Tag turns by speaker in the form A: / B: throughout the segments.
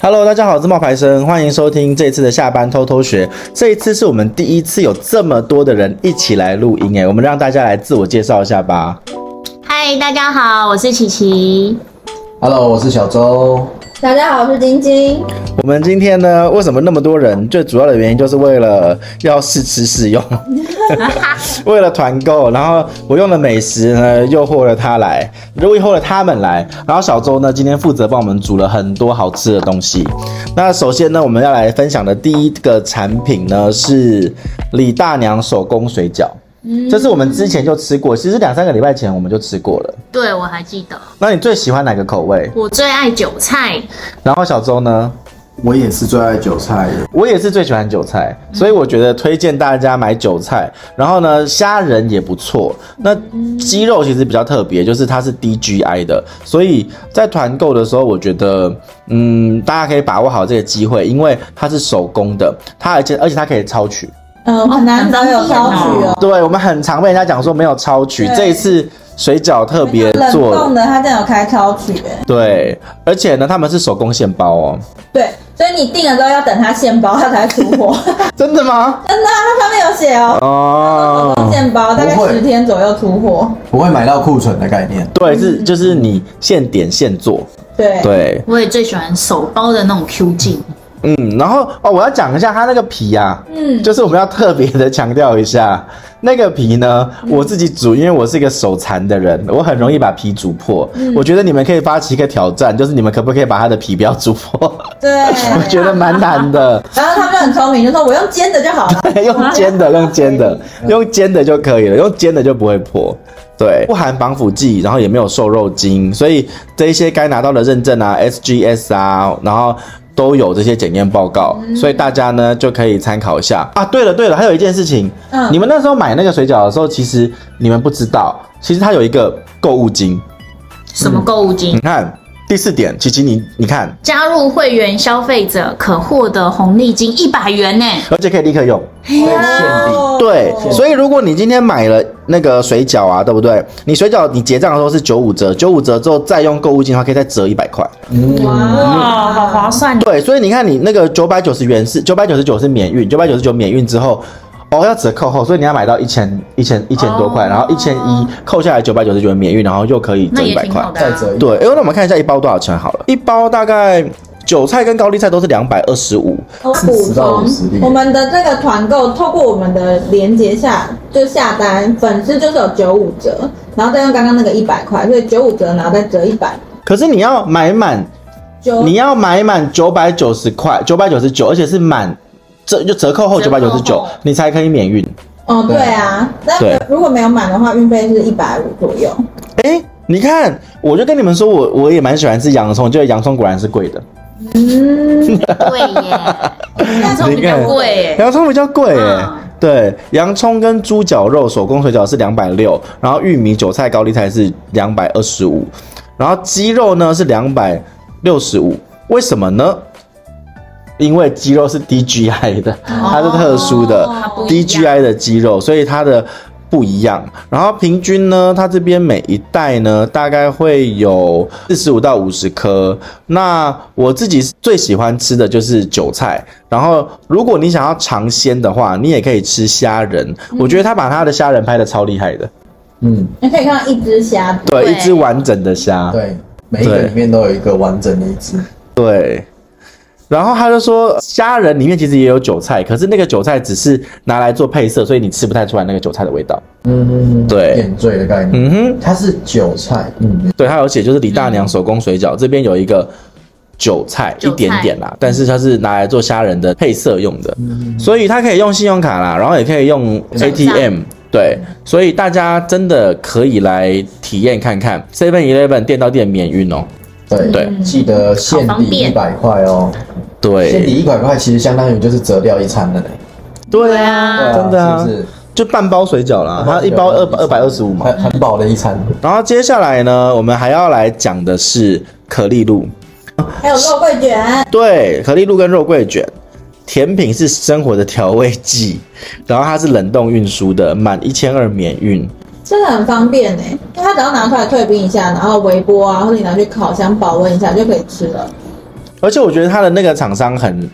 A: Hello，大家好，我是冒牌生，欢迎收听这一次的下班偷偷学。这一次是我们第一次有这么多的人一起来录音，哎，我们让大家来自我介绍一下吧。
B: 嗨，大家好，我是琪琪。
C: Hello，我是小周。
D: 大家好，我是晶晶。
A: 我们今天呢，为什么那么多人？最主要的原因就是为了要试吃试用，为了团购。然后我用的美食呢，诱惑了他来，诱惑了他们来。然后小周呢，今天负责帮我们煮了很多好吃的东西。那首先呢，我们要来分享的第一个产品呢是李大娘手工水饺。这是我们之前就吃过，其实两三个礼拜前我们就吃过了。
B: 对，我还记得，
A: 那你最喜欢哪个口味？
B: 我最爱韭菜，
A: 然后小周呢？
C: 我也是最爱韭菜的。
A: 我也是最喜欢韭菜，所以我觉得推荐大家买韭菜。然后呢，虾仁也不错。那鸡肉其实比较特别，就是它是 DGI 的，所以在团购的时候，我觉得，嗯，大家可以把握好这个机会，因为它是手工的，它而且而且它可以超取。
D: 嗯，很难得有超取哦，
A: 对，我们很常被人家讲说没有超取，
D: 对
A: 这一次水饺特别
D: 冷
A: 做
D: 冻的，它这样有开超取哎。
A: 对，而且呢，他们是手工现包 哦。
D: 对，所以你订了之后要等它现包，它才出 货。
A: 真的吗？
D: 真的啊，它上面有写哦，
A: 哦，
D: 现包大概
C: 不会
D: 十天左右出货。
C: 不会买到库存的概念。
A: 对，是就是你现点现做，
D: 嗯对，
A: 对。
B: 我也最喜欢手包的那种 Q 劲。
A: 嗯，然后哦，我要讲一下它那个皮啊，
D: 嗯
A: 就是我们要特别的强调一下，那个皮呢，
D: 嗯
A: 我自己煮，因为我是一个手残的人，我很容易把皮煮破。
D: 嗯
A: 我觉得你们可以发起一个挑战，就是你们可不可以把它的皮不要煮破？
D: 对。
A: 我觉得蛮难的，
D: 然后他们很聪明，就说我用煎的就好了。
A: 用煎的，用煎的，用煎的就可以了，用煎的就不会破。对，不含防腐剂，然后也没有瘦肉精，所以这一些该拿到的认证啊，SGS 啊，然后都有这些检验报告，所以大家呢就可以参考一下啊。对了对了，还有一件事情，
D: 嗯
A: 你们那时候买那个水饺的时候，其实你们不知道，其实它有一个购物金，
B: 什么购物金？
A: 你看。第四点，琪琪你你看，
B: 加入会员消费者可获得红利金一百元呢、
A: 而且可以立刻用，
D: 哦
A: 对，所以如果你今天买了那个水饺啊，对不对？你水饺你结账的时候是九五折，九五折之后再用购物金的话，可以再折一百块。
D: 嗯
B: 哇，好划算！
A: 对，所以你看你那个九百九十元是九百九十九是免运，九百九十九免运之后。哦，要折扣后，所以你要买到一千一千一千多
B: 哦
A: 块，然后一千一扣下来九百九十九免运，然后又可以
B: 那
A: 折一
B: 也
A: 百
B: 挺
A: 块
B: 好。的、
C: 再
B: 啊。
C: 折一，
A: 对，哎，那我们看一下一包多少钱好了，一包大概韭菜跟高丽菜都是两百二十五，
D: 我补
C: 40到
D: 充
C: 50，
D: 哦我们的这个团购透过我们的连接下就下单，粉丝就是有九五折，然后再用刚刚那个一百块，所以九五折，然后再折一百
A: 可是你要买满
D: 九。
A: 你要买满九百九十块，九百九十九，而且是满折就折扣后九
B: 折
A: 百九
B: 扣
A: 十九
B: 后，
A: 你才可以免运。
D: 哦，对啊，但
A: 对
D: 如果没有满的话，运费是一百五左右。
A: 哎、你看，我就跟你们说，我我也蛮喜欢吃洋葱，就是洋葱果然是贵的，
D: 嗯，
B: 对耶，那种比较贵耶。
A: 洋葱比较贵哎、
B: 嗯
A: 对，洋葱跟猪脚肉手工水饺是两百六，然后玉米、韭菜、高丽菜是两百二十五，然后鸡肉呢是两百六十五，为什么呢？因为鸡肉是 DGI 的，它是特殊的、
B: 哦它不一样
A: DGI 的鸡肉，所以它的不一样。然后平均呢，它这边每一袋呢大概会有四十五到五十颗。那我自己最喜欢吃的就是韭菜。然后如果你想要尝鲜的话，你也可以吃虾仁。
B: 嗯
A: 我觉得他把他的虾仁拍的超厉害的，
C: 嗯，
D: 你可以看到一只虾，
A: 对，
B: 对
A: 一只完整的虾，
C: 对，每一个
A: 对
C: 里面都有一个完整的一只。
A: 对。然后他就说，虾仁里面其实也有韭菜，可是那个韭菜只是拿来做配色，所以你吃不太出来那个韭菜的味道。
C: 嗯，
A: 对
C: 点缀的概念。
A: 嗯哼，
C: 它是韭菜，嗯，
A: 对，它有写就是李大娘手工水饺，这边有一个韭菜
B: 韭
A: 一
B: 菜
A: 点点啦，但是它是拿来做虾仁的配色用的，
B: 嗯
A: 所以它可以用信用卡啦，然后也可以用
B: 账
A: ATM。对，所以大家真的可以来体验看看 Seven Eleven 店到店免运哦。
C: 对
A: 对
C: 记得现
B: 好方
C: 抵一
B: 便
C: 百块哦，现抵
A: 对，
C: 一百块其实相当于就是折掉一餐了嘞。
A: 对
B: 啊
C: 对
A: 真的啊
C: 是不是？
A: 就半包水饺啦，它一包二百二百二十五嘛。
C: 很很饱的一餐。
A: 然后接下来呢，我们还要来讲的是可丽露。
D: 还有肉桂卷，
A: 对，可丽露跟肉桂卷，甜品是生活的调味剂，然后它是冷冻运输的，满一千二免运。
D: 真的很方便呢、因为它只要拿出来退冰一下，然后微波啊，或者你拿去烤箱保温一下就可以吃了。
A: 而且我觉得他的那个厂商很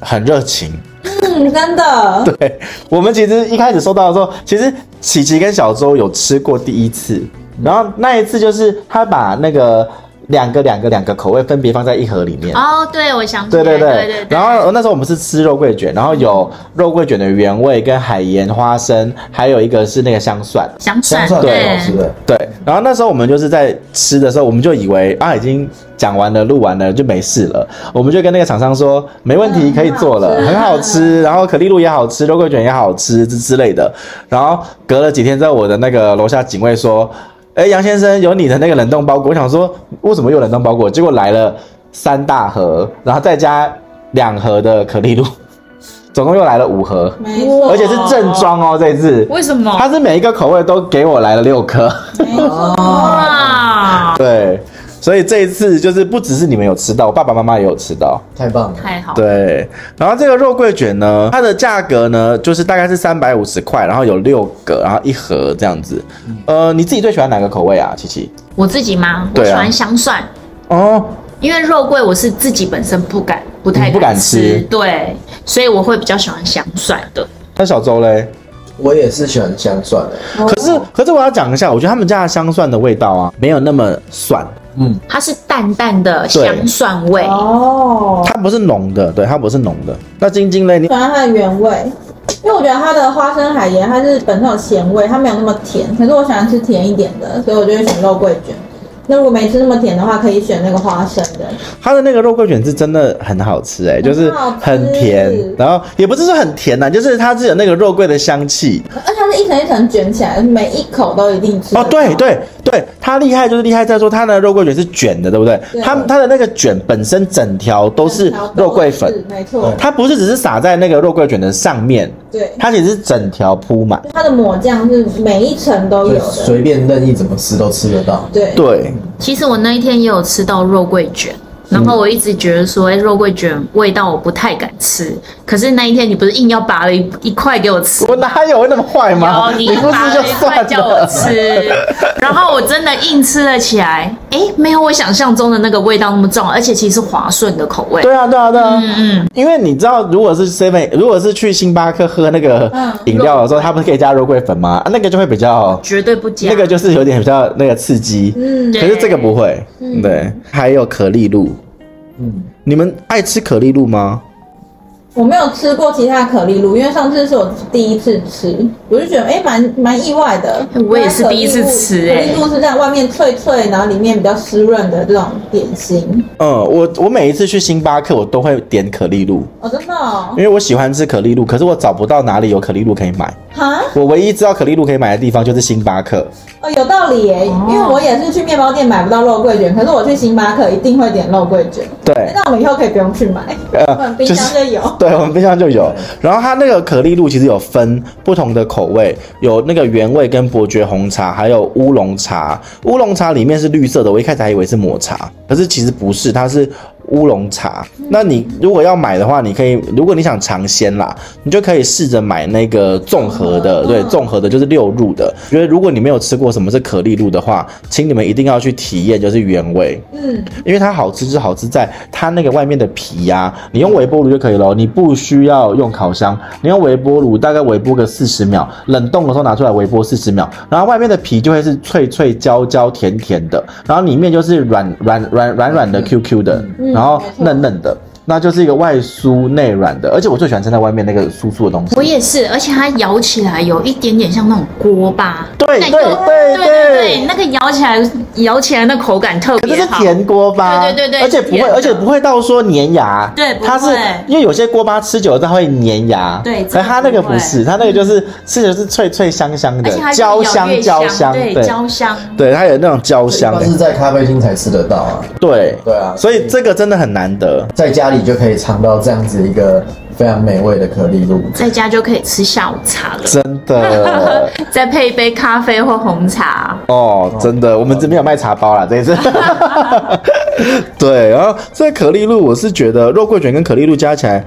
A: 很热情。
D: 嗯，真的，
A: 对我们其实一开始收到的时候，其实琪琪跟小周有吃过第一次，然后那一次就是他把那个两个两个两个口味分别放在一盒里面。
B: 哦，对，我想起
A: 对对
B: 来，
A: 对，
B: 对对对。
A: 然后那时候我们是吃肉桂卷，然后有肉桂卷的原味跟海盐花生，还有一个是那个香蒜。
B: 想
C: 香
B: 转
C: 蒜
A: 对
C: 蛮好吃的，
A: 对，然后那时候我们就是在吃的时候，我们就以为啊已经讲完了、录完了就没事了，我们就跟那个厂商说没问题，
D: 嗯
A: 可以做了，很
D: 很
A: 好
D: 好吃
A: 吃，然后可丽露也好吃，肉桂卷也好吃之之类的。然后隔了几天之后，我的那个楼下警卫说：“哎，杨先生，有你的那个冷冻包裹。”我想说为什么有冷冻包裹？结果来了三大盒，然后再加两盒的可丽露， 总共又来了五盒，
D: 没错，
A: 而且是正，装哦，这一次。
B: 为什么？
A: 它是每一个口味都给我来了六颗。
D: 没错，
B: 哇，
A: 对，所以这一次就是不只是你们有吃到，我爸爸妈妈也有吃到。
C: 太棒了。
B: 太好了，
A: 对，然后这个肉桂卷呢，它的价格呢就是大概是三百五十块，然后有六个，然后一盒这样子。呃，你自己最喜欢哪个口味啊，琪琪？
B: 我自己吗？我
A: 对啊
B: 喜欢香蒜，
A: 哦，
B: 因为肉桂我是自己本身不敢，不太
A: 你不敢吃
B: 吃，对，所以我会比较喜欢香蒜的。
A: 那小周嘞？
C: 我也是喜欢香蒜的，
A: 可是可是我要讲一下，我觉得他们家的香蒜的味道啊，没有那么蒜，
C: 嗯，
B: 它是淡淡的
A: 对
B: 香蒜味，
D: 哦，
A: 它不是浓的，对，它不是浓的。那晶晶嘞，你
D: 喜欢它的原味，因为我觉得它的花生海盐它是本身有咸味，它没有那么甜，可是我喜欢吃甜一点的，所以我就会选肉桂卷。那如果没吃那么甜的话，可以选那个花生的，
A: 它的那个肉桂卷是真的很好吃、哎，就是
D: 好吃
A: 很甜，然后也不是说很甜呐、啊就是它是有那个肉桂的香气。
D: 而且它是一层一层卷起来，每一口都一定吃得
A: 哦
D: 到。，
A: 对对对，它厉害就是厉害在说它的肉桂卷是卷的，对不对？
D: 对
A: 它它的那个卷本身整条都是肉桂粉，，
D: 没错，
A: 它不是只是撒在那个肉桂卷的上面，
D: 对，
A: 它其实是整条铺满。
D: 它的抹酱是每一层都有
C: 就
D: 的，
C: 随便任意怎么吃都吃得到。
D: 对，
A: 对，
B: 其实我那一天也有吃到肉桂卷，然后我一直觉得说，哎、肉桂卷味道我不太敢吃。可是那一天你不是硬要拔了一一块给我 吃？
A: 我哪有那么坏吗？
B: 有，你
A: 你不
B: 拔
A: 吃就
B: 了一块
A: 算
B: 叫我
A: 了。
B: 吃，然后我真的硬吃了起来。哎、没有我想象中的那个味道那么重，而且其实是滑顺的口味。
A: 对啊，对啊，对啊，
B: 嗯
A: 因为你知道，如果是 seven，如果是去星巴克喝那个
D: 嗯
A: 饮料的时候，它不是可以加肉桂粉吗？啊那个就会比较，
B: 绝对不加。
A: 那个就是有点比较那个刺激。
D: 嗯
A: 可
B: 对
A: 是这个不会，
D: 嗯
A: 对。还有可丽露，
C: 嗯，
A: 你们爱吃可丽露吗？
D: 我没有吃过其他可丽露，因为上次是我第一次吃，我就觉得哎，蛮蛮意外的。
B: 哎我也是第一次吃
D: 原来
B: 哎
D: 可丽露可丽露是这样，外面脆脆，然后里面比较湿润的这种点心。
A: 嗯，我我每一次去星巴克，我都会点可丽露，
D: 哦，真的哦
A: 因，为我喜欢吃可丽露，可是我找不到哪里有可丽露可以买。
D: 哈，
A: 我唯一知道可丽露可以买的地方就是星巴克。
D: 哦，有道理耶，
B: 哦
D: 因为我也是去面包店买不到肉桂卷，可是我去星巴克一定会点肉桂卷。
A: 对，
D: 那我们以后可以不用去买，我
A: 呃
D: 们冰箱就有。
A: 对，我们冰箱就有。然后它那个可丽露其实有分不同的口味，有那个原味跟伯爵红茶，还有乌龙茶。乌龙茶里面是绿色的，我一开始还以为是抹茶，可是其实不是，它是乌龙茶。那你如果要买的话，你可以，如果你想尝鲜啦，你就可以试着买那个综合的，
D: 嗯
A: 对，综合的就是六入的。觉得如果你没有吃过什么是可丽露的话，请你们一定要去体验，就是原味。
D: 嗯，
A: 因为它好吃是好吃在它那个外面的皮呀、你用微波炉就可以了哦，你不需要用烤箱，你用微波炉大概微波个四十秒，冷冻的时候拿出来微波四十秒，然后外面的皮就会是脆脆焦焦甜甜的，然后里面就是软软软软软的 QQ 的，
D: 嗯
A: 然后
D: 没错
A: 嫩嫩的。那就是一个外酥内软的，而且我最喜欢吃在外面那个酥酥的东西。
B: 我也是，而且它咬起来有一点点像那种锅巴，
A: 对
B: 那
A: 对
B: 个
A: 对
B: 对
A: 对
B: 对，那个咬起来咬起来那口感特
A: 可是
B: 别
A: 是
B: 好，
A: 甜锅巴，
B: 对对对对
A: 而且不
B: 是
A: 会，
B: 甜的
A: 而且不会到说粘牙，
B: 对不会
A: 它是因为有些锅巴吃久了它会粘牙，
B: 对
A: 可是它那个不是，
B: 这
A: 它那个就是吃起来是脆脆香香
B: 嗯而且它
A: 的，
B: 越
A: 焦
B: 咬越
A: 焦
B: 香，
A: 香，对，
B: 焦香。
A: 对，它有那种焦
C: 一
A: 香
C: 般
A: 的
C: 是，在咖啡厅才吃得到啊，
A: 对
C: 对啊
A: 所以这个真的很难得，
C: 在家里就可以尝到这样子一个非常美味的可丽露。
B: 在家就可以吃下午茶了，
A: 真的
B: 再配一杯咖啡或红茶。
A: 哦，真的，我们这边有卖茶包啦，这一次。哦 对，然后这可丽露，我是觉得肉桂卷跟可丽露加起来，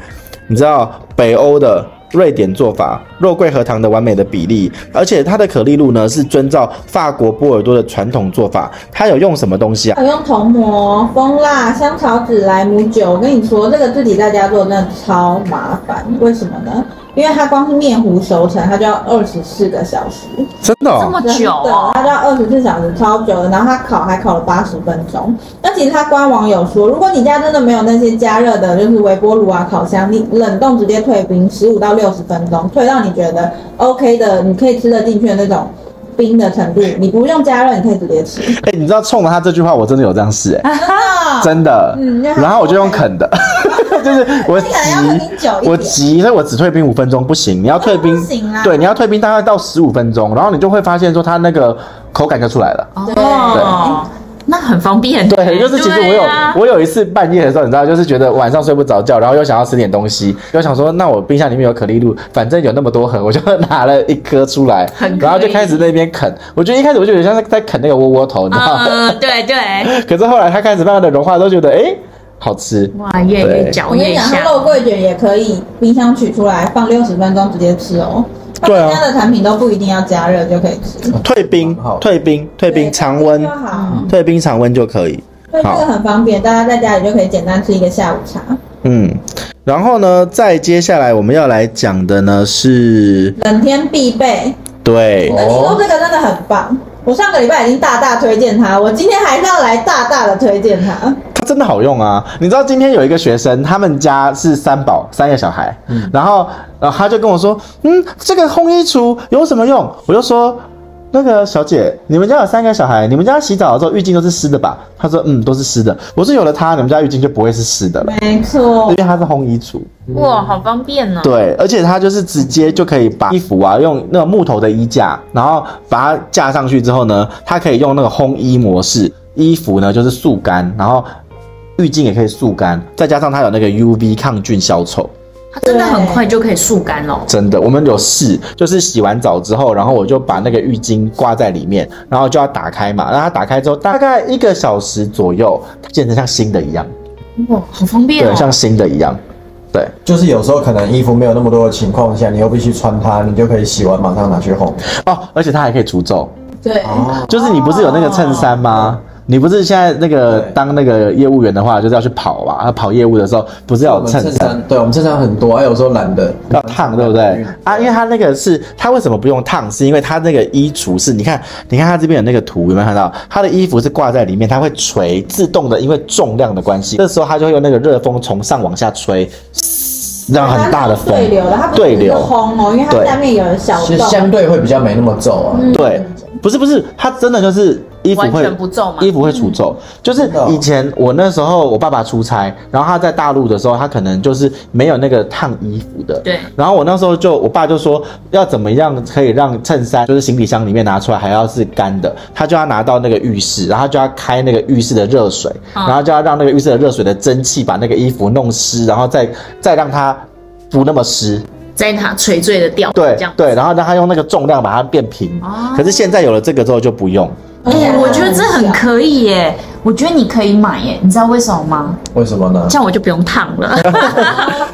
A: 你知道北欧的瑞典做法，肉桂和糖的完美的比例，而且它的可丽露呢是遵照法国波尔多的传统做法，它有用什么东西啊？
D: 还有用铜膜、蜂蜡、香草籽、莱姆酒。我跟你说，这个自己在家做真的超麻烦，为什么呢？因为它光是面糊熟成，它就要二十四个小时，
A: 真的、
B: 这
A: 哦
B: 么，
D: 真
B: 久
D: 的，
B: 哦，
D: 它就要二十四小时，超久的。然后它烤还烤了八十分钟。那其实它官网有说，如果你家真的没有那些加热的，就是微波炉啊、烤箱，你冷冻直接退冰十五到六十分钟，退到你觉得 OK 的，你可以吃得进去的那种冰的程度，你不用加热，你可以直接吃。
A: 哎、你知道冲着他这句话，我真的有这样试、哎、
D: 真的
A: 真的。
D: 嗯那还
A: 然后我就用啃的， 就是我急
D: 那可能要等你久一，点啊
A: 我急，所以我只退冰五分钟，不行，你要退冰，
D: 不行啦
A: 对，你要退冰大概到十五分钟，然后你就会发现说它那个口感就出来了。
B: 哦，那很方便。
D: 哎
A: 对，就是其实我有、
B: 对啊
A: 我有一次半夜的时候，你知道，就是觉得晚上睡不着觉，然后又想要吃点东西，又想说那我冰箱里面有可丽露，反正有那么多盒，我就拿了一颗出来
B: 很，可以
A: 然后就开始那边啃。我觉得一开始我就有点像在在啃那个窝窝头，你知道吗？
B: 嗯，对对，
A: 可是后来它开始慢慢的融化，都觉得哎、诶好吃。
B: 哇，越来越
D: 我
B: 嚼
D: 跟
B: 越
D: 你讲，它
B: 香。
D: 肉桂卷也可以冰箱取出来放六十分钟直接吃哦。
A: 对啊
D: 他们家的产品都不一定要加热就可以吃，
A: 退冰
C: 蛮好，的
A: 退冰，退
D: 对啊
A: 冰，常温
D: 就，好。
A: 退冰常温就可以。
D: 所以这
A: 好
D: 个很方便，大家在家里就可以简单吃一个下午茶。
A: 嗯，然后呢，再接下来我们要来讲的呢是，
D: 冷天必备，
A: 对
D: 我，跟你说
C: 哦
D: 这个真的很棒。我上个礼拜已经大大推荐它，我今天还是要来大大的推荐它。
A: 它真的好用啊！你知道今天有一个学生，他们家是三宝三个小孩，
C: 嗯
A: 然后呃他就跟我说，嗯，这个烘衣橱有什么用？我就说。那个小姐，你们家有三个小孩，你们家洗澡的时候浴巾都是湿的吧？她说，嗯，都是湿的。我说有了它，你们家浴巾就不会是湿的了，
D: 没错
A: 因为，它是烘衣橱。
B: 哇，好方便哦。
A: 对，而且它就是直接就可以把衣服啊，用那个木头的衣架，然后把它架上去之后呢，它可以用那个烘衣模式，衣服呢就是速干，然后浴巾也可以速干，再加上它有那个 UV 抗菌消臭。
B: 它真的很快就可以速干了。
A: 真的，我们有试，就是洗完澡之后，然后我就把那个浴巾挂在里面，然后就要打开嘛，让它打开之后大概一个小时左右，它变成像新的一样，
B: 哇，好方便
A: 对，
B: 哦。
A: 像新的一样，对。
C: 就是有时候可能衣服没有那么多的情况下，你又必须穿它，你就可以洗完马上拿去烘。
A: 哦，而且它还可以除皱，
D: 对，
C: 哦，
A: 就是你不是有那个衬衫吗？你不是现在那个
C: 对
A: 当那个业务员的话，就是要去跑嘛？他跑业务的时候不是要
C: 我
A: 有
C: 们
A: 衬
C: 衬
A: 衫？
C: 衫，对我们衬衫很多，还有时候懒得
A: 要烫，对不
C: 嗯
A: 对？啊，因为他那个是，他为什么不用烫？是因为他那个衣橱是，你看，你看他这边有那个图，有没有看到？他的衣服是挂在里面，它会垂，自动的，因为重量的关系，这时候他就会用那个热风从上往下吹，嘶让很大的风
D: 它是对流的，它不是
A: 对
D: 只是
A: 流
D: 烘哦，因为它
A: 对
D: 下面有小
C: 其实相
D: 洞。
C: 对会比较没那么皱啊。
A: 对，不是不是，它真的就是衣服会
B: 嗯完全不皱吗嗯
A: 衣服会除皱。就是
C: 的哦
A: 以前我那时候我爸爸出差，然后他在大陆的时候，他可能就是没有那个烫衣服的。
B: 对
A: 然后我那时候就我爸就说要怎么样可以让衬衫就是行李箱里面拿出来还要是干的，他就要拿到那个浴室，然后就要开那个浴室的热水，
B: 嗯
A: 然后就要让那个浴室的热水的蒸汽把那个衣服弄湿，然后再再让它不那么湿。
B: 在它垂坠的掉，
A: 对
B: 这样。
A: 对，然后让它用那个重量把它变平。
B: 哦
A: 可是现在有了这个之后就不用，
D: 而且它
B: 我觉得这很
D: 小
B: 可以耶，我觉得你可以买耶，你知道为什么吗？
C: 为什么呢
B: 这？样我就不用烫 了。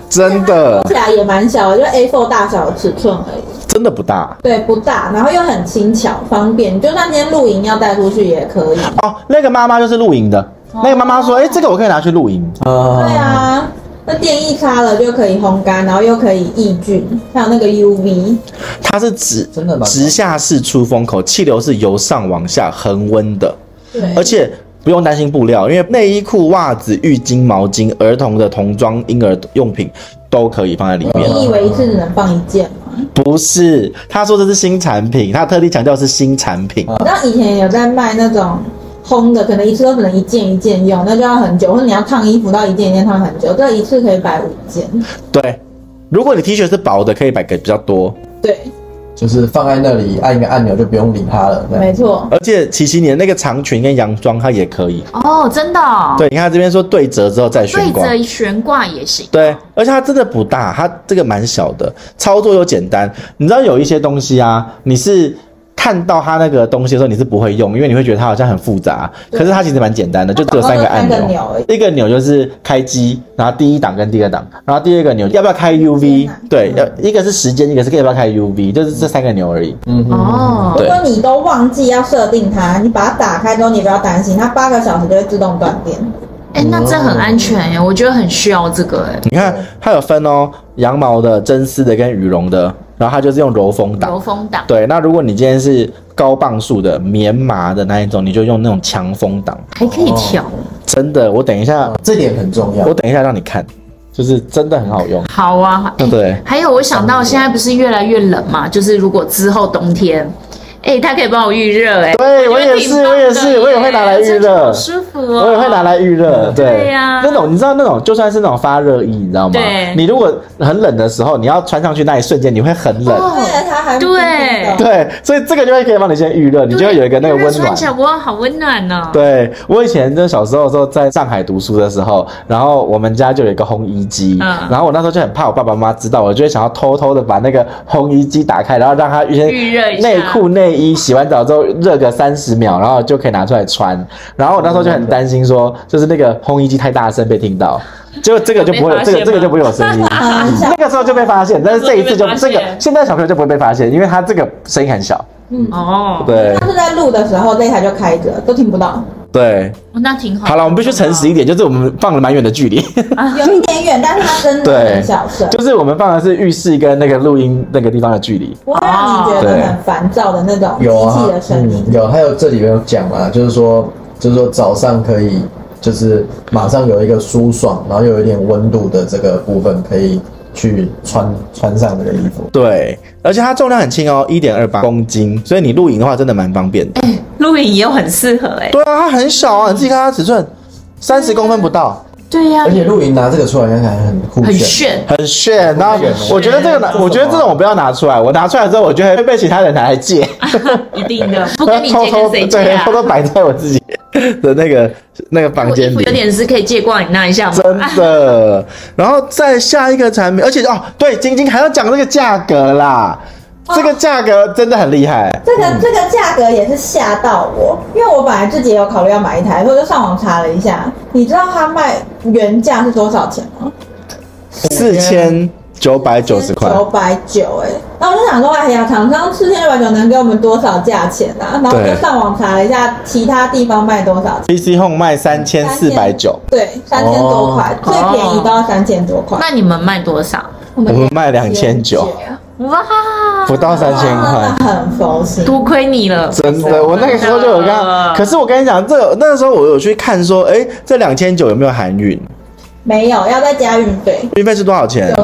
A: 真 的
D: 起来也蛮小的，就 A4 大小的尺寸而已。
A: 真的不大
D: 对，不大，然后又很轻巧方便，你就算今天露营要带出去也可以。
A: 哦。那个妈妈就是露营的，
B: 哦
A: 那个妈妈说，哎，这个我可以拿去露营。
C: 啊
D: 对，啊，那电一插了就可以烘干，然后又可以抑菌，还有那个 UV，
A: 它是直
C: 真的蛮
A: 直下式出风口，气流是由上往下恒温的，
D: 对，
A: 而且。不用担心布料，因为内衣裤、袜子、浴巾、毛巾、儿童的童装、婴儿用品都可以放在里面。
C: 嗯
D: 你以为一次只能放一件吗？
A: 不是，他说这是新产品，他特地强调是新产品。
C: 嗯
D: 你知道以前有在卖那种烘的，可能一次都只能一件一件用，那就要很久，或者你要烫衣服到一件一件烫很久，这一次可以摆五件。
A: 对，如果你 T 恤是薄的，可以买个比较多。
D: 对，
C: 就是放在那里按一个按钮就不用理它了。这样
D: 没错，
A: 而且琪琪，你的那个长裙跟洋装它也可以。
B: 哦，真的、哦，
A: 对，你看它这边说对折之后再
B: 对
A: 悬挂。
B: 着悬挂也行。
A: 对，而且它真的不大，它这个蛮小的，操作又简单。你知道有一些东西啊，你是看到它那个东西的时候，你是不会用，因为你会觉得它好像很复杂。
D: 对
A: 可是它其实蛮简单的，就只有三个按
D: 它总共就三个钮而
A: 钮，一个钮就是开机，然后第一档跟第二档，然后第二个钮要不要开
D: 间
A: UV，
D: 呐
A: 对，要一个是时间，一个是要不要开 UV，就是这三个钮而已。
C: 嗯哼，
B: 哦，
D: 如
A: 对
D: 果你都忘记要设定它，你把它打开之后，你不要担心，它八个小时就会自动断电。
B: 哎、那这很安全耶，我觉得很需要这个哎。
A: 你看它有分哦，羊毛的、真丝的跟羽绒的，然后它就是用柔风档
B: 柔。风挡，
A: 对，那如果你今天是高磅数的棉麻的那一种，你就用那种强风档。
B: 还可以调，
A: 哦真的，我等一下，
C: 这点很重要
A: 我。等一下让你看，就是真的很好 用。
B: 好啊。哎
A: 对
B: 还有我想到现在不是越来越冷嘛，就是如果之后冬天，哎、它可以帮我预热哎。
A: 对
B: 觉
A: 我
B: 得
A: 也
B: 挺
A: 是，
B: 棒的
A: 我也是，
B: 耶
A: 我也会拿来预
B: 真的好
A: 热，
B: 舒服哦。
A: 我也会拿来预热。对，
B: 对呀
A: 那种你知道那种就算是那种发热衣，你知道吗
B: 对？
A: 你如果很冷的时候，你要穿上去那一瞬间，你会很冷。
B: 哦
D: 对，它还
B: 对
D: 对
A: 对，所以这个就会可以帮你先预热，你就会有一个那个
B: 对
A: 温
B: 穿
A: 暖
B: 起。来哇，好温暖哦。
A: 对我以前就小时候的时候在上海读书的时候，然后我们家就有一个烘衣机，
B: 嗯
A: 然后我那时候就很怕我爸爸妈妈知道，我就会想要偷偷的把那个烘衣机打开，然后让它先
B: 预热一下
A: 内裤内衣洗完澡之后热个三十秒，然后就可以拿出来穿。然后我那时候就很担心说，就是那个烘衣机太大声被听到，结果这个就不会有，
B: 被发
A: 这
B: 现
A: 个这个
B: 吗
A: 就不会有声 音。
D: 啊，小
A: 那个时候就被发现，但是这一次就
B: 那时候
A: 这
B: 就被
A: 个
B: 发现
A: 现在小朋友就不会被发现，因为他这个声音很小。
B: 哦，
A: 对
D: 上次在录的时候，这一台就开着，都听不到，
A: 对，
B: 哦那挺好。
A: 好了，我们必须诚实一点，就是我们放了蛮远的距离。
D: 有一点远，但是它真的
A: 对
D: 很小声，
A: 就是我们放的是浴室跟那个录音那个地方的距离。
D: 不会让你觉得很烦躁的那种机
C: 有啊
D: 器的，声音
C: 嗯，。有，还有这里面有讲啊，就是说，就是说早上可以，就是马上有一个舒爽，然后又有一点温度的这个部分可以去穿穿上这个衣服。
A: 对，而且它重量很轻哦，一点二八公斤，所以你录影的话真的蛮方便的。
B: 露营也很适合哎。
A: 对啊，它很小啊，你自己看它尺寸，三十公分不到，
B: 对呀
C: 而，且露营拿这个出来看起来很酷
B: 很
C: 炫，
B: 炫。
A: 很炫。然后我觉得这个拿，
C: 炫
A: 我觉得这种我不要拿出来，我拿出来之后，我觉得会被其他人拿来借，
B: 一定 的，不跟你
A: 偷
B: 借
A: 偷
B: 跟谁借
A: 对，
B: 啊
A: 偷？偷摆在我自己的那个那个房
B: 我衣
A: 间
B: 服
A: 里
B: 有。点湿，可以借过来你那一下吗？
A: 真的。然后再下一个产品，而且哦，对，晶晶还要讲这个价格啦，这个价格真的很厉害。
D: 这个这个价格也是吓到我，因为我本来自己也有考虑要买一台，所以我就上网查了一下。你知道它卖原价是多少钱吗？
A: 四千九百九十块，
D: 九百九哎。那我就想说，哎呀，厂商四千九百九能给我们多少价钱啊？然后我就
A: 对
D: 上网查了一下其他地方卖多少钱，
A: ，PC Home 卖三千四百九，
D: 对，三千多块，
A: 哦
D: 最便宜都要三千多块。
B: 那你们卖多少？
D: 我
A: 我们卖两千九，
B: 哇，
A: 不到三千块
D: 哇。那很佛心。
B: 多亏你了。
A: 真的，我那个时候就有
B: 真的
A: 看，可是我跟你讲，这个那个时候我有去看说，哎、这两千九有没有含运？
D: 没有，要再加运费，
A: 运费是多少钱？
D: 九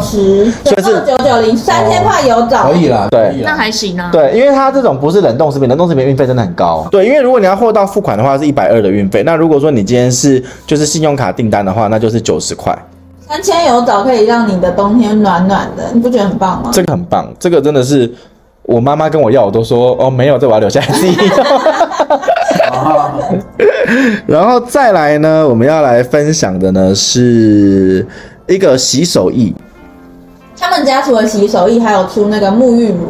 A: 所
D: 十九
A: 以是哦
D: 九九零，三千块有找
C: 可以啦，
A: 对
C: 可以啦
B: 那还行啊。
A: 对，因为它这种不是冷冻食品，冷冻食品运费真的很高。对，因为如果你要货到付款的话是一百二的运费，那如果说你今天是就是信用卡订单的话，那就是九十块。
D: 三千有找可以让你的冬天暖暖的，你不觉得很棒吗？
A: 这个很棒，这个真的是我妈妈跟我要，我都说哦没有，这我要留下来自己用。
C: 啊
A: 然后再来呢，我们要来分享的呢是一个洗手液，
D: 他们家除了洗手液，还有出那个沐浴乳，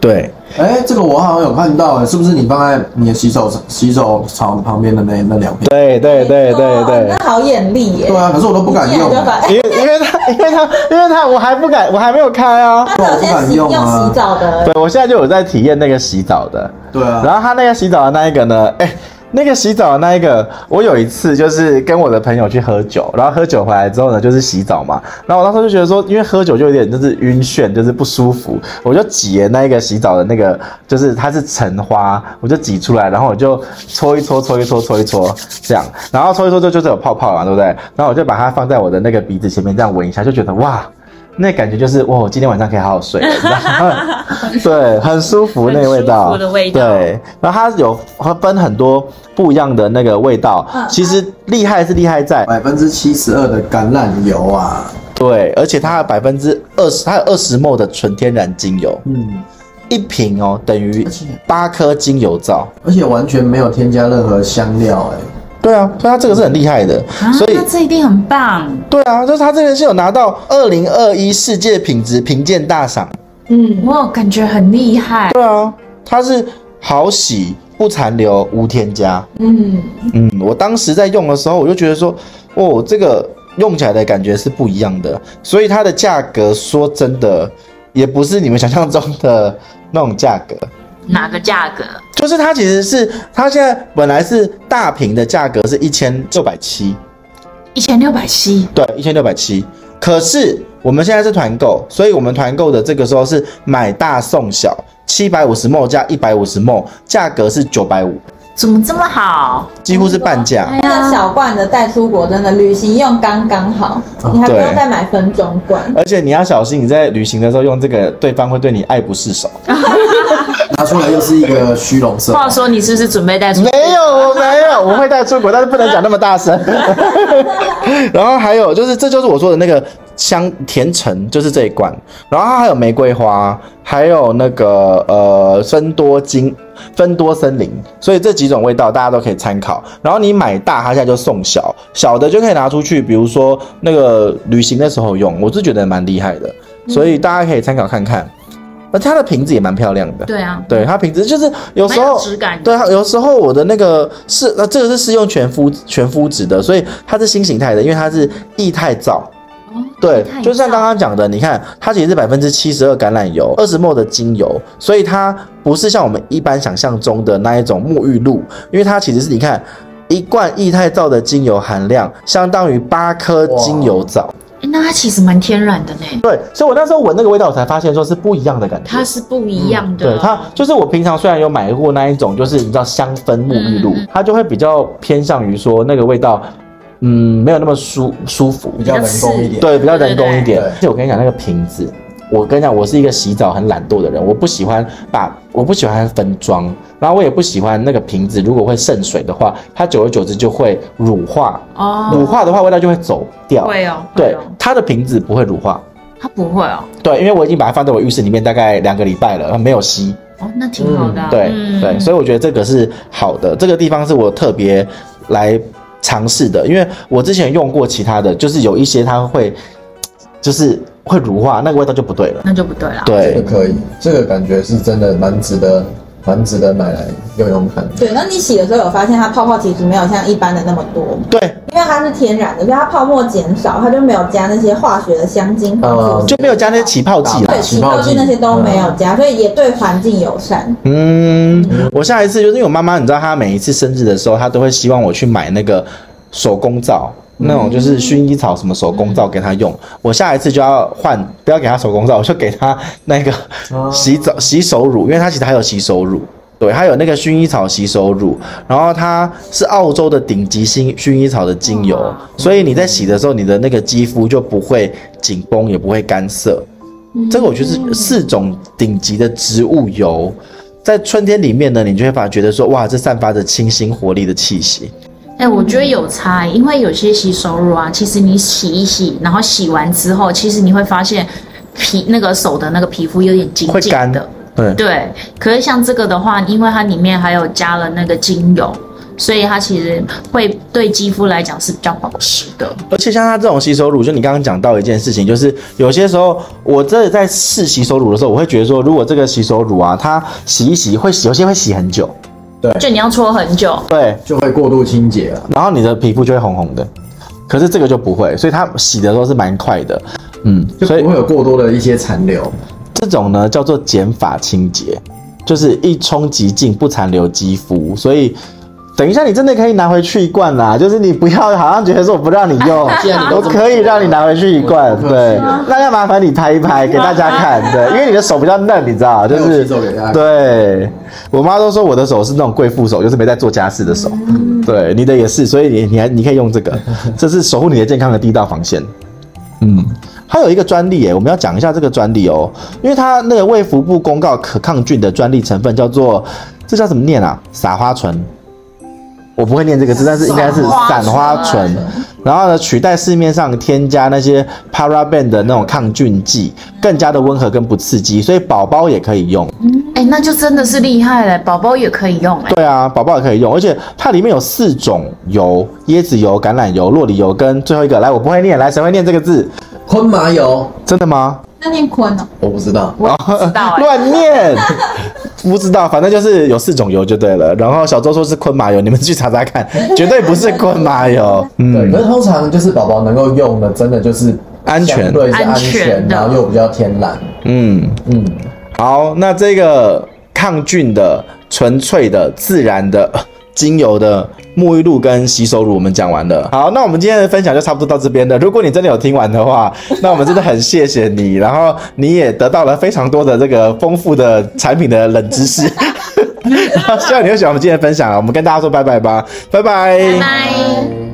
A: 对，
C: 哎，这个我好像有看到，哎，是不是你放在你的洗手洗手槽旁边的那那两片？
A: 对对对对
D: 哇
A: 对
D: 那，好眼力耶！
C: 对啊，可是我都不
D: 一
C: 敢
D: 眼
C: 用啊
D: 就，把，哎
A: 因为因为它因为它因为它我还不敢，我还没有开啊。
D: 他首先洗用
C: 我不敢用啊
D: 洗澡的，
A: 对，我现在就有在体验那个洗澡的，
C: 对
A: 然
C: 啊，
A: 后他那个洗澡的那一个呢，哎、那个洗澡的那一个，我有一次就是跟我的朋友去喝酒，然后喝酒回来之后呢，就是洗澡嘛。然后我那时候就觉得说，因为喝酒就有点就是晕眩，就是不舒服，我就挤了那一个洗澡的那个，就是它是橙花，我就挤出来，然后我就搓一搓，搓一搓，搓一搓，这样，然后搓一搓就就是有泡泡嘛，对不对？然后我就把它放在我的那个鼻子前面这样闻一下，就觉得哇。那感觉就是哇，我今天晚上可以好好睡了， 你知道吗对，很舒服那个味道，
B: 很舒服的味道
A: 对，然后它有它分很多不一样的那个味道，
D: 嗯
A: 其实厉害是厉害在
C: 百分之七十二的橄榄油啊，
A: 对，而且它有百分之二十，它有二十 ml 的纯天然精油，
C: 嗯，
A: 一瓶哦等于
C: 而且
A: 八颗精油皂。
C: 而且完全没有添加任何香料，哎。
A: 对啊，所以它这个是很厉害的，
B: 啊，
A: 所以
B: 那这一定很棒。
A: 对啊，就是它这个是有拿到二零二一世界品质评鉴大赏。
D: 嗯，
B: 哇，感觉很厉害。
A: 对啊，它是好洗，不残留，无添加。
D: 嗯，
A: 嗯，我当时在用的时候，我就觉得说，哦，这个用起来的感觉是不一样的，所以它的价格说真的也不是你们想象中的那种价格，
B: 哪个价格？
A: 就是它其实是它现在本来是大瓶的价格是一千六百七，
B: 一千六百七，
A: 对，一千六百七，可是我们现在是团购，所以我们团购的这个时候是买大送小，七百五十 ml 加一百五十 ml，价格是九百五，
B: 怎么这么好？
A: 几乎是半价。
B: 哎
D: 那
B: 呀，
D: 小罐的带出国真的旅行用刚刚好，你还不用
A: 啊对
D: 再买分装罐。
A: 而且你要小心，你在旅行的时候用这个，对方会对你爱不释手。
C: 拿出来又是一个虚荣色。
B: 话说你是不是准备带出去？
A: 没有，我没 有，我会带出国，但是不能讲那么大声。然后还有就是，这就是我说的那个香甜橙，就是这一罐。然后它还有玫瑰花，还有那个呃芬多精、芬多森林，所以这几种味道大家都可以参考。然后你买大，它现在就送小，小的就可以拿出去，比如说那个旅行的时候用，我是觉得蛮厉害的，
B: 嗯
A: 所以大家可以参考看看。而且它的瓶子也蛮漂亮的。
B: 对啊，
A: 对它瓶子就是有时
B: 蛮有
A: 候
B: 质感的
A: 对啊，有时候我的那个是呃，这个是适用全肤全肤质的，所以它是新形态的，因为它是液态皂。
B: 哦
A: 对
B: 液态，
A: 就像
B: 皂
A: 刚刚讲的，你看它其实是百分之七十二橄榄油，二十 ml 的精油，所以它不是像我们一般想象中的那一种沐浴露，因为它其实是你看一罐液态皂的精油含量相当于八颗
C: 哇
A: 精油皂。
B: 诶那它其实蛮天然的呢，
A: 对，所以我那时候闻那个味道，我才发现说是不一样的感觉。
B: 它是不一样的。
A: 对它就是我平常虽然有买过那一种，就是你知道香氛沐浴露，
B: 嗯嗯嗯
A: 它就会比较偏向于说那个味道，嗯，没有那么舒舒服，
C: 比较人工一点。
A: 对，比较人工一
C: 对
A: 点
C: 对对。
A: 而且我跟你讲，那个瓶子，我跟你讲，我是一个洗澡很懒惰的人，我不喜欢把我不喜欢分装，然后我也不喜欢那个瓶子，如果会渗水的话，它久而久之就会乳化，
B: 哦，
A: 乳化的话味道就会走掉。
B: 会哦，会
A: 对
B: 哦，
A: 它的瓶子不会乳化，
B: 它不会哦，
A: 对，因为我已经把它放在我浴室里面大概两个礼拜了，没有吸。
B: 哦，那挺好的啊。
A: 对
B: 嗯
A: 对，所以我觉得这个是好的，这个地方是我特别来尝试的，因为我之前用过其他的，就是有一些它会就是会乳化，那个味道就不对了。
B: 那就不对了。
C: 这个
A: 对，
C: 可以，这个感觉是真的蛮值得，蛮值得买来用用看。
D: 对，那你洗的时候有发现它泡泡其实没有像一般的那么多，
A: 对，
D: 因为它是天然的，所以它泡沫减少，它就没有加那些化学的香精、防腐剂
A: 就没有加那些起泡剂啦
D: 对，。哦起泡剂那嗯些都没有加，所以也对环境友善。
A: 嗯，我下一次就是因为我妈妈，你知道她每一次生日的时候，她都会希望我去买那个手工皂。那种就是薰衣草什么手工皂给她用，我下一次就要换，不要给她手工皂，我就给她那个
C: 哦
A: 洗澡洗手乳，因为它其实还有洗手乳，对，它有那个薰衣草洗手乳，然后它是澳洲的顶级薰薰衣草的精油
B: 哇，
A: 所以你在洗的时候，你的那个肌肤就不会紧绷，也不会干涩。这个我觉得是四种顶级的植物油，在春天里面呢，你就会发觉得说，哇，这散发着清新活力的气息。
B: 哎、我觉得有差、因为有些洗手乳啊，其实你洗一洗，然后洗完之后，其实你会发现皮那个手的那个皮肤有点紧
A: 会
B: 紧
A: 干
B: 的。
A: 对，
B: 对，可是像这个的话，因为它里面还有加了那个精油，所以它其实会对肌肤来讲是比较保湿的。
A: 而且像它这种洗手乳，就你刚刚讲到一件事情，就是有些时候我真的在试洗手乳的时候，我会觉得说，如果这个洗手乳啊，它洗一洗会洗，有些会洗很久，
B: 就你要搓很久，
A: 对，
C: 就会过度清洁啊了。
A: 然后你的皮肤就会红红的。可是这个就不会，所以它洗的时候是蛮快的，嗯，
C: 就
A: 所以
C: 不会有过多的一些残留，
A: 这种呢叫做减法清洁，就是一冲即净，不残留肌肤。所以等一下你真的可以拿回去一罐啦，就是你不要好像觉得说我不让你用
C: 既然你，都
A: 我
C: 这么
A: 可以让你拿回去一罐
C: 我。这么客气
A: 对，那要麻烦你拍一拍给大家看， 对，因为你的手比较嫩，你知道，就
C: 没有
A: 是
C: 洗手给大家看
A: 对我妈都说我的手是那种贵妇手，就是没在做家事的手。
C: 嗯
A: 对，你的也是，所以你你还你可以用这个，这是守护你的健康的第一道防线。嗯，它有一个专利耶，我们要讲一下这个专利哦，因为它那个卫福部公告可抗菌的专利成分叫做，这叫怎么念啊？撒花醇。我不会念这个字，但是应该是散花醇。然后呢，取代市面上添加那些 paraben 的那种抗菌剂，更加的温和跟不刺激，所以宝宝也可以用。
B: 哎、那就真的是厉害了，宝宝也可以用哎、
A: 对啊，宝宝也可以用，而且它里面有四种油：椰子油、橄榄油、洛梨油跟最后一个。来，我不会念，来，谁会念这个字？
C: 昆麻油
A: 真的吗？
D: 那念坤哦，
C: 我不知道，
B: 我不知道哎、
A: 乱念，不知道，反正就是有四种油就对了。然后小周说是昆麻油，你们去查查看，绝对不是昆麻油。
C: 对，
A: 嗯，
C: 可是通常就是宝宝能够用的，真的就是
A: 安全
C: 相对是
B: 安
C: 安
B: 全
C: 全，
B: 的
C: 然后又比较天然，
A: 嗯，
C: 嗯，
A: 好，那这个抗菌的、纯粹的、自然的、呃精油的沐浴露跟洗手乳，我们讲完了。好，那我们今天的分享就差不多到这边了。如果你真的有听完的话，那我们真的很谢谢你，然后你也得到了非常多的这个丰富的产品的冷知识。 希望你会喜欢我们今天的分享啊！我们跟大家说拜拜吧，拜拜
B: 拜拜。
C: 嗯